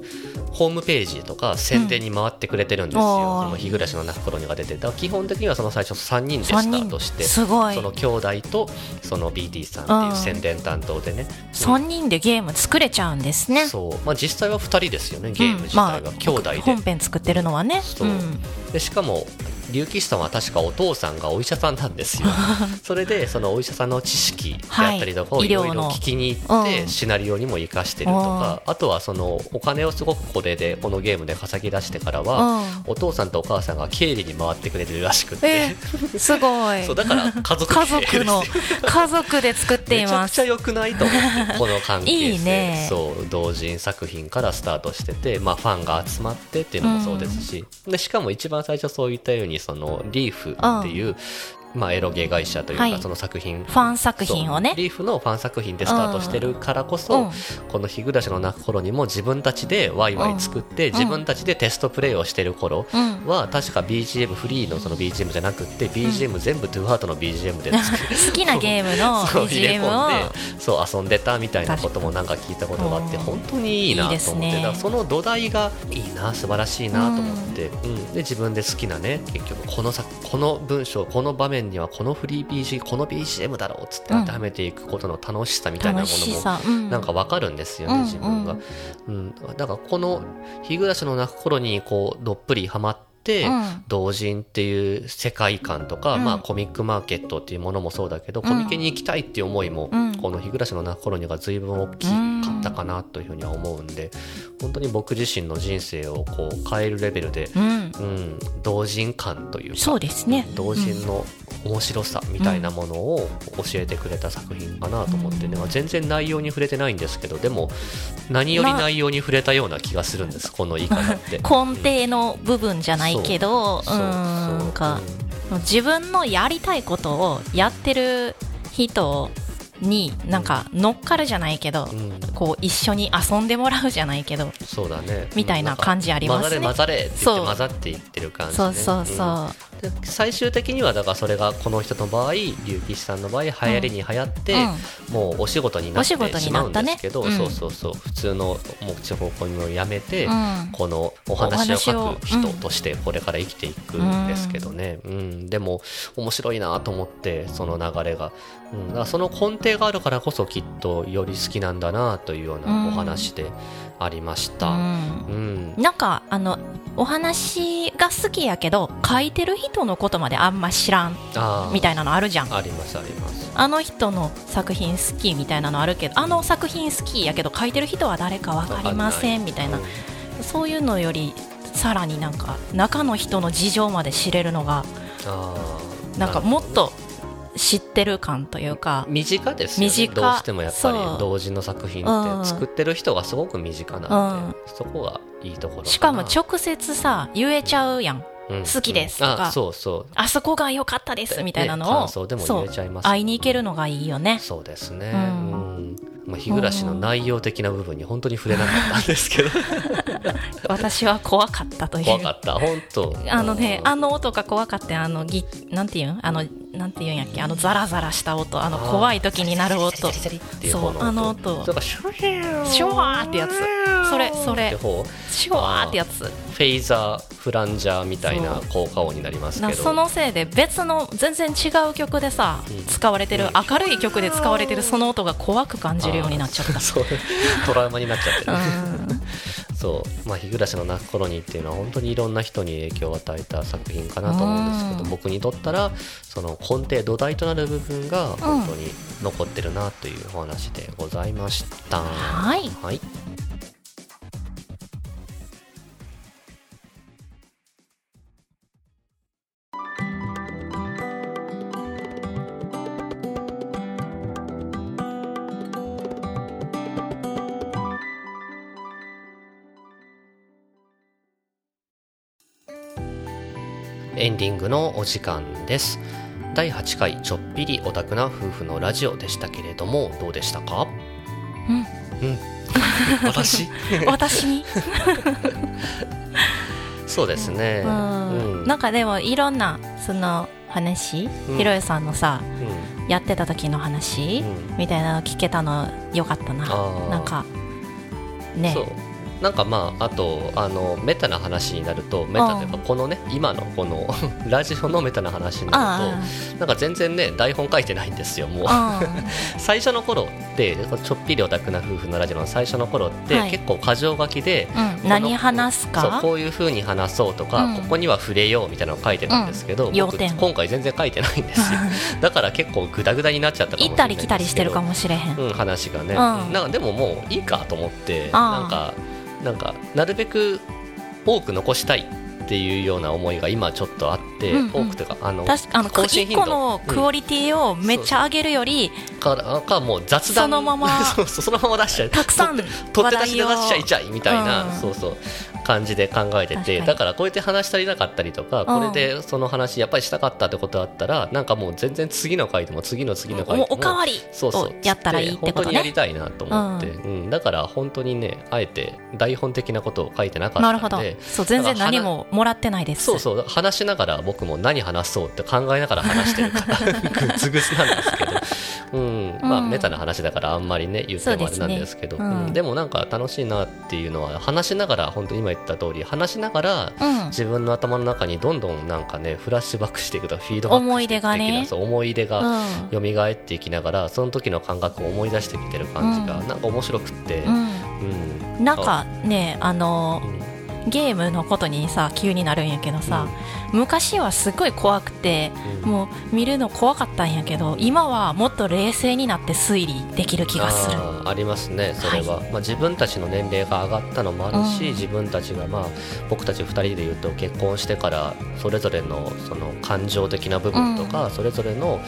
B: ホームページとか宣伝に回ってくれてるんですよ、
A: おー
B: その日暮らしの泣く頃にが出てた基本的にはその最初3人で
A: 三
B: スタ
A: 人
B: ートして
A: すごい
B: その兄弟とその BT さんっていう宣伝担当でね、
A: 3人でゲーム作れちゃうんですね
B: そうまあ、実際は2人ですよねゲーム自体は、
A: うんまあ
B: 兄弟で
A: 本編作ってるのはね
B: そうでしかも竜騎士さんは確かお父さんがお医者さんなん ですよそれでそのお医者さんの知識であったりとかを
A: はいい医療
B: ろ
A: の
B: いろ聞きに行っ
A: う
B: て
A: ん
B: シナリオにも生かしてるとかあとはそのお金をすごくこれでこのゲームで稼ぎ出してからは
A: う
B: お父さんとお母さんが経理に回ってくれてるらしく
A: ん、
B: て
A: えすごい
B: そうだから家族経
A: 家
B: 営です
A: 族の家族で作ってい
B: めちゃ
A: ま
B: く
A: す
B: ちゃ良くないと思 ってこの関係性
A: いいね
B: そう同人作品からスタートしてて、まあ、ファンが集まってっていうのもそうですし、でしかも一番最初そういったようにそのリーフっていう、まあ、エロゲー会社というか、
A: はい
B: その作品
A: ファン作品を
B: そう
A: ね
B: リーフのファン作品でスタートしてるからこそ、
A: うん
B: この日暮らしの泣く頃にも自分たちでワイワイ作って、
A: ん
B: 自分たちでテストプレイをしてる頃
A: うん
B: は確か BGM フリーのその BGM じゃなくって BGM 全部トゥーハートの BGM で作っ
A: 好きなゲームの
B: そう入れ
A: BGM
B: 込ん
A: を
B: でそう遊んでたみたいなこともなんか聞いたことがあって
A: うん
B: 本当にいいなと
A: いい
B: 思
A: で
B: って
A: すね
B: だからその土台がいいな素晴らしいなと思って、うんで自分で好きなね結局この作この文章この場面にはこのフリー BG この BGM だろうっつって当てはめていくことの楽しさみたいなも
A: 楽
B: の
A: し
B: も
A: さ、うん
B: なんかわかるんですよね、
A: うん
B: 自分が、うんだからこの日暮らしの泣く頃にこうどっぷりハマって、
A: うん
B: 同人っていう世界観とか、
A: うん
B: まあ、コミックマーケットっていうものもそうだけど、
A: うん
B: コミケに行きたいっていう思いも、
A: うん
B: この日暮らしの泣く頃にが随分大きかったかなというふうには思うんで、本当に僕自身の人生をこう変えるレベルで、
A: うん、
B: うん、同人感というか
A: そうですね
B: 同人の面白さみたいなものを教えてくれた作品かなと思ってね、まあ全然内容に触れてないんですけどでも何より内容に触れたような気がするんですこの言い方って。
A: 根底の部分じゃないけど、う
B: そう
A: ー
B: そうん
A: か
B: うん
A: 自分のやりたいことをやってる人になんか乗っかるじゃないけど、
B: うん
A: こう一緒に遊んでもらうじゃないけど、
B: そうだね
A: みたいな感じありますね
B: うんなんか混ざれ混ざれって言っ
A: そ
B: て
A: う
B: 混ざっていってる感じ、ね、
A: そうそう
B: ん
A: そう、
B: で最終的にはだからそれがこの人の場合龍騎士さんの場合流行りに流行って、もうお仕事になっ
A: お仕事
B: てし
A: に
B: ま
A: な
B: うん
A: った
B: で
A: ね
B: すけど、
A: うん
B: そうそうそう普通の目標をこういうのをやめて、
A: うんうん
B: このお話を書く人としてこれから生きていくんですけどね、うんでも面白いなと思ってその流れが,、うん、だからその根底があるからこそきっとより好きなんだなというよう
A: う
B: なんお話でありまし
A: う
B: た。
A: ん
B: うん
A: なんかあのお話が好きやけど書いてる人のことまであんま知らん
B: あー
A: みたいなのあるじゃん
B: ありますあります。
A: あの人の作品好きみたいなのあるけどあの作品好きやけど書いてる人は誰か分かりませんみたいな
B: うん
A: そういうのよりさらになんか中の人の事情まで知れるのが
B: あー
A: なんかもっと知ってる感というか
B: 身近ですよね
A: 身近
B: どうしてもやっぱり
A: そう
B: 同時の作品
A: う
B: っ
A: ん
B: て作ってる人がすごく身近なんで、そこがいいところな
A: しかも直接さ言えちゃうやん
B: うん
A: 好きですとか
B: あそうそう
A: あそこが良かったですみたいな
B: ね
A: のを
B: 感想でも言えちゃいますね
A: そう会いに行けるのがいい よね
B: そうですね、う
A: う
B: ん
A: ん
B: まあ、日暮らしの内容的な部分に本当に触れなかったんですけど
A: 私は怖かったという
B: 怖かった本当
A: あのね
B: うん
A: あの音が怖かってあのぎなんていうんあのなんていうんやっけあのザラザラした音あの
B: あー
A: 怖い時になる音
B: チャリチャリチャリチャリっていう
A: そ
B: 方の
A: うあの音
B: それからシュワー
A: シュワーってやつそれそれ
B: って方
A: シュワーってやつ
B: フェイザーフランジャーみたいな効果音になりますけ
A: な
B: ど
A: そのせいで別の全然違う曲でさ、
B: うん
A: 使われてる明るい曲で使われてるその音が怖く感じるようになっちゃった
B: あーそうトラウマになっちゃってる、
A: うん
B: そう、まあ、日暮らしの泣く頃にっていうのは本当にいろんな人に影響を与えた作品かなと思うんですけど、
A: うん
B: 僕にとったらその根底土台となる部分が本当に残ってるなというお話でございました、
A: はい
B: はいエンディングのお時間です第8回ちょっぴりオタクな夫婦のラジオでしたけれどもどうでした か
A: うん
B: うん私
A: 私に、
B: そうですね、
A: うん
B: うん
A: なんかでもいろんなその話、
B: うん
A: ひろゆさんのさ
B: う
A: やってた時の話、
B: んうん
A: みたいなの聞けたのよかったな
B: あー
A: なんかね
B: そうなんかまああとあのメタな話になるとメタというかこのね今のこの ラジオのメタな話にな
A: あ
B: るとなんか全然ね台本書いてないんですよもう
A: ああ
B: 最初の頃ってちょっぴりオタクな夫婦のラジオの最初の頃って、
A: はい
B: 結構過剰書きで
A: あ、 うん、何話す
B: そう
A: か
B: こういうふうに話そうとか、
A: うん
B: ここには触れようみたいなのを書いてたんですけど、
A: うん要
B: 僕
A: 点
B: 今回全然書いてないんですよだから結構グダグダになっちゃったかもし
A: 行
B: れ
A: っ
B: な
A: た
B: いんですけど
A: り来たりしてるかもしれへん、
B: うん、話がね、
A: ん
B: なんかでももういいかと思ってなんか
A: あ
B: なんかなるべく多く残したいっていうような思いが今ちょっとあって、
A: うんうん
B: 多くというかあの
A: 確かあの
B: 更新
A: 一
B: 頻度
A: 個のクオリティをめっちゃ上げるより、
B: からかもう雑談
A: そのまま
B: そうそうそのまま出しちゃう
A: たくさん
B: と取って出し
A: 話
B: で
A: 題
B: 出
A: を
B: しちゃいちゃいみたいな、
A: うん
B: そうそう感じで考えて
A: 確か
B: て
A: に
B: だからこうやって話し足りなかったりとか、これでその話やっぱりしたかったってことあったらなんかもう全然次の回でも次の次の回で
A: も
B: も
A: うおかわり
B: そうそ
A: と
B: う
A: やったらいいってこ
B: 本当
A: と
B: にやり
A: ね。
B: たいなと思って、うんだから本当にねあえて台本的なことを書いてなかったんで
A: なるほど。そう全然何ももらってないです。
B: そうそう話しながら僕も何話そうって考えながら話してるから グツグツなんですけど、うんまあ、
A: うん
B: メタな話だからあんまりね言ってもあれなんですけど
A: そうですねうん
B: うんでもなんか楽しいなっていうのは話しながら本当に今言った通り話しながら
A: うん。
B: 自分の頭の中にどんどんなんかねフラッシュバックしていくとかフィードバックしていく的な
A: 思い出がね
B: そう思い出が、
A: う
B: 蘇っていきながらその時の感覚を思い出してきてる感じが、
A: うん
B: なんか面白くって、
A: ん。
B: うん
A: うん。なんかねあの
B: うん
A: ゲームのことにさ急になるんやけどさ、昔はすごい怖くて
B: うん
A: もう見るの怖かったんやけど今はもっと冷静になって推理できる気がする。
B: あーありますねそれは、まあ、自分たちの年齢が上がったのもあるし、
A: うん
B: 自分たちが、まあ、僕たち2人で言うと結婚してからそれぞれのその感情的な部分とか、それぞれの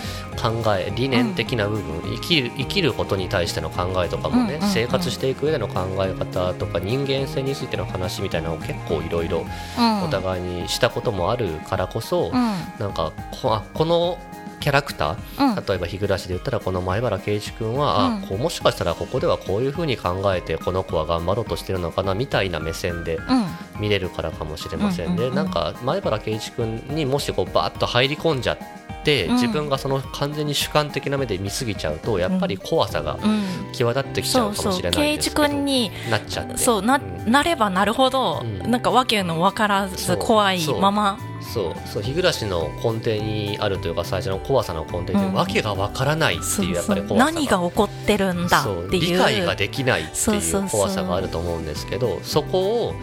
B: 考え理念的な部分、生きる生きることに対しての考えとかもね、
A: うんうんうん
B: 生活していく上での考え方とか人間性についての話みたいなのを結構いろいろ
A: うん
B: お互いにしたこともあるからこそ、
A: うん
B: なんかこあこのキャラクタ
A: うん
B: ー例えば日暮らしで言ったらこの前原圭一君は、
A: うん
B: あこうもしかしたらここではこういうふうに考えてこの子は頑張ろうとしてるのかなみたいな目線で
A: うん
B: 見れるからかもしれません
A: うんうん
B: で、
A: うん
B: なんか前原圭一君にもしこうバーッと入り込んじゃって、
A: うん
B: 自分がその完全に主観的な目で見すぎちゃうとやっぱり怖さが
A: うん
B: 際立ってきちゃ
A: そうう
B: かも
A: そう
B: しれな
A: 圭
B: いです
A: 一
B: けど、
A: 君に
B: なっちゃって
A: そうな,、
B: ん
A: なればなるほど、
B: うん
A: なんか訳の分から
B: そ
A: ず
B: う
A: 怖い
B: そう
A: まま
B: そうそう日暮らしの根底にあるというか最初の怖さの根底に、
A: うん
B: 訳がわからないって
A: そう
B: いうやっ
A: そ
B: ぱり
A: う
B: 怖さ
A: 何が起こってるんだ
B: そう
A: っていう
B: 理解ができないって
A: そう
B: い
A: そううそう
B: 怖さがあると思うんですけどそこを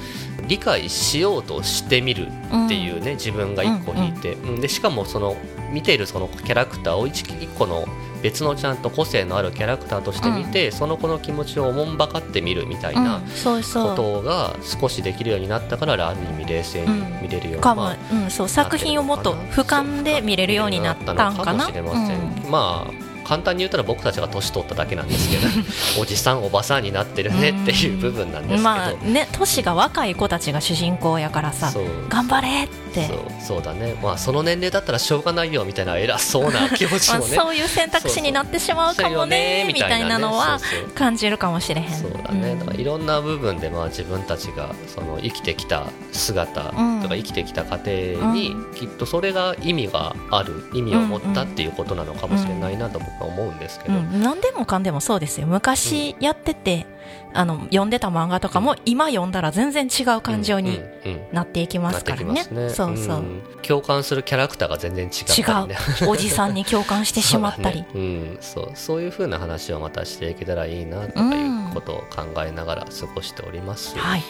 B: 理解しようとしてみるっていうね、自分が一個引いて、うんでしかもその見ているそのキャラクターを一一個の別のちゃんと個性のあるキャラクターとして見て、その子の気持ちをおもんばかってみるみたいな
A: うん、そうそ
B: こ
A: う
B: とが少しできるようになったからある意味冷静に見れるよう
A: か
B: な、
A: も、
B: まあ
A: うん、そう作品をもっと俯瞰で見れるようになったんかな
B: かもしれません、まあ簡単に言ったら僕たちが年取っただけなんですけ どおじさんおばさんになってるねっていう部分なんです
A: う
B: け
A: ん
B: ど、
A: まあね年が若い子たちが主人公やからさ
B: そう
A: 頑張れって
B: そうそうだねまあその年齢だったらしょうがないよみたいな偉そうな気持ち
A: まあ
B: もね
A: そういう選択肢になってしまうかもね
B: そうよ
A: みたいなのは
B: そうそう
A: 感じるかもしれへん
B: そうだね、
A: うん
B: だからいろんな部分でまあ自分たちがその生きてきた姿と
A: うん
B: か生きてきた過程に
A: う
B: きっとそれが意味がある意味を持ったっていうことなのかもしれないなと僕は思うんですけど、
A: うん、何でもかんでもそうですよ昔やってて、あの読んでた漫画とかも今読んだら全然違う感情に
B: うんうん
A: なっていきま
B: なっ
A: す
B: て
A: から
B: きま
A: ね
B: すね
A: そうそう、
B: ん共感するキャラクターが全然違ったり ね
A: おじさんに共感してしまったり
B: そう,、うん、そうそういうふうな話をまたしていけたらいいなとかいうことを考えながら過ごしております、
A: はい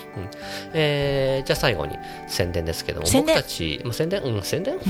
B: えーじゃあ最後に宣伝ですけども
A: 宣
B: 僕
A: 伝
B: たちまあ宣伝うん宣 伝、うん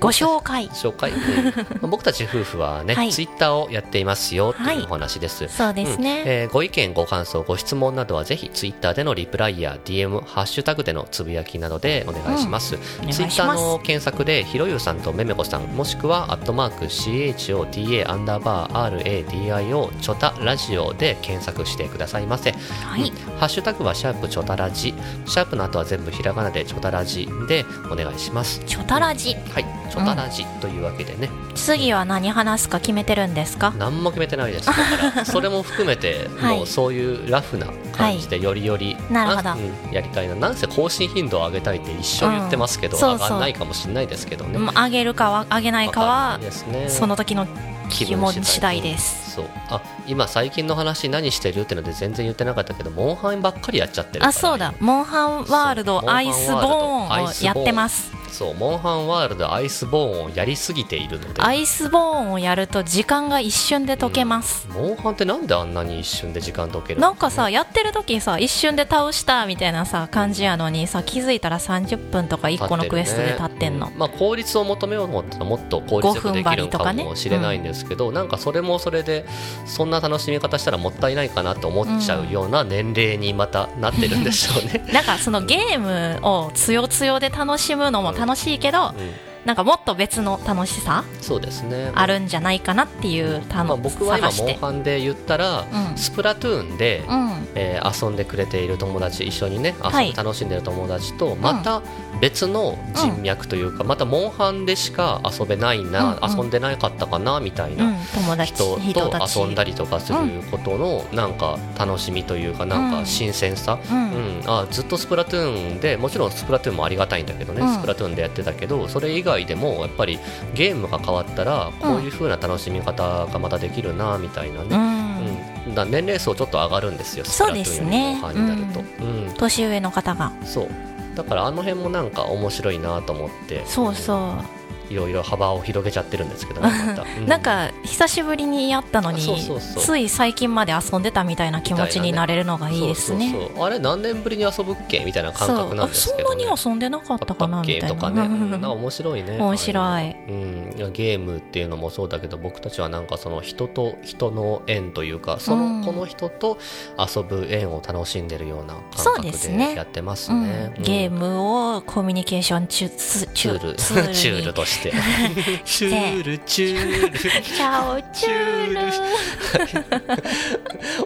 A: ご紹介
B: 紹 介、うん僕たち夫婦はね、
A: はい
B: ツイッターをやっていますよと
A: はいいう
B: お話です、
A: そうですね、
B: うんえーご意見ご感想ご質問などはぜひツイッターでのリプライや DM ハッシュタグでのつぶやきなどでお願いします、
A: お願いし
B: ツイ
A: ます
B: ッターの検索でひろゆうさんとめめこさんもしくは「アットマーク #CHOTA アンダーバー RADIO チョタラジオ」で検索してくださいませ
A: はい、
B: ハッシュタグはシャープチョタラジシャープの後は全部ひらがなでチョタラジでお願いします
A: チョタラジ
B: はいチョタラジというわけでね、
A: 次は何話すか決めてるんですか
B: 何も決めてないですだから それも含めて、
A: はい
B: もうそういうラフな感じでよりより、
A: なるほど
B: あうんやりたいななんせ更新頻度を上げたいって一生言ってますけど、
A: うんそうそう
B: 上がんないかもしれないですけどね、
A: うんあげるかはあげないか
B: わ
A: は
B: んないですね
A: その時の気持ち次第です
B: そうあ今最近の話何してるってので全然言ってなかったけどモンハンばっかりやっちゃってるから
A: あそうだモンハンワール
B: そ
A: ド
B: う
A: アイスボーン
B: モンハンワールドアイスボー
A: をや
B: ン
A: ってます
B: そうモンハンワールドアイスボーンをやりすぎているので
A: アイスボーンをやると時間が一瞬で解けます、
B: モンハンってなんであんなに一瞬で時間解けるの
A: なんかさやってる時さ一瞬で倒したみたいなさ感じやのにさ気づいたら30分とか1個のクエストで立ってんの、
B: うまあ、効率を求めようと思ったらもっと効率よくできるのかもしれないんですけど、なんかそれもそれでそんな楽しみ方したらもったいないかなと思っちゃうような年齢にまたなってるんでしょうね。
A: なんかそのゲームを強強で楽しむのも楽しいけど、
B: うん
A: なんかもっと別の楽しさ
B: そうですね
A: あるんじゃないかなっていうた
B: まあ、
A: の、
B: 僕は今
A: 探
B: モ
A: し
B: ン
A: て
B: ハンで言ったら、
A: うん
B: スプラトゥーンで、
A: うん
B: えー遊んでくれている友達一緒にね遊んで
A: はい
B: 楽しんでる友達とまた別の人脈というか、またモンハンでしか遊べないな、
A: うんうん
B: 遊んでなかったかなみたいな、
A: うん友達
B: 人
A: 人たち
B: と遊んだりとかすることのなんか楽しみというかなん
A: うん
B: か新鮮さ、
A: う
B: うん
A: ん
B: あずっとスプラトゥーンでもちろんスプラトゥーンもありがたいんだけどね、
A: うん
B: スプラトゥーンでやってたけどそれ以外でもやっぱりゲームが変わったらこういう風な楽しみ方がまたできるなみたいな
A: う
B: ね、
A: ん
B: うんだから年齢層ちょっと上がるんですよスプ
A: そう
B: ラトゥ
A: で
B: ー
A: す
B: ンより
A: ね
B: 後半になると。うん
A: 年上の方が
B: そうだからあの辺もなんか面白いなと思って
A: そうそう
B: いろいろ幅を広げちゃってるんですけどねまた う
A: なんか久しぶりにやったのに
B: そうそうそう
A: つい最近まで遊んでたみたいな気持ちになれるのがいいですね。
B: そうそうそうあれ何年ぶりに遊ぶっけみたいな感覚なんです
A: そうあ
B: け
A: そ
B: ど、
A: ん
B: ね、
A: なに遊んでなかったかな
B: あっ
A: み
B: け
A: たい
B: と
A: な
B: かね、うんなんか面白いね
A: 面白い
B: ああいうのうんいやゲームっていうのもそうだけど僕たちはなんかその人と人の縁というかその、
A: うん
B: この人と遊ぶ縁を楽しんでるような
A: そ
B: 感
A: うです
B: 覚
A: ね
B: でやってます
A: う
B: ね
A: んゲームをコミュニケーションチュツ
B: チ
A: チ
B: ュ
A: ュ
B: ール
A: ツ
B: チュー
A: ール
B: ル
A: に
B: と してチュールチュー
A: チャオチュー
B: ル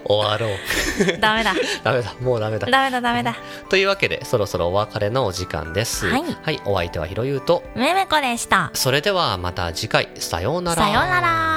B: 終わろう
A: ルダメだ
B: ダメだもうダメだ
A: ダメだダメだ
B: というわけでそろそろお別れのお時間です
A: はい
B: お相手はひろゆうと
A: めめこでした
B: それではまた次回さようなら
A: さようなら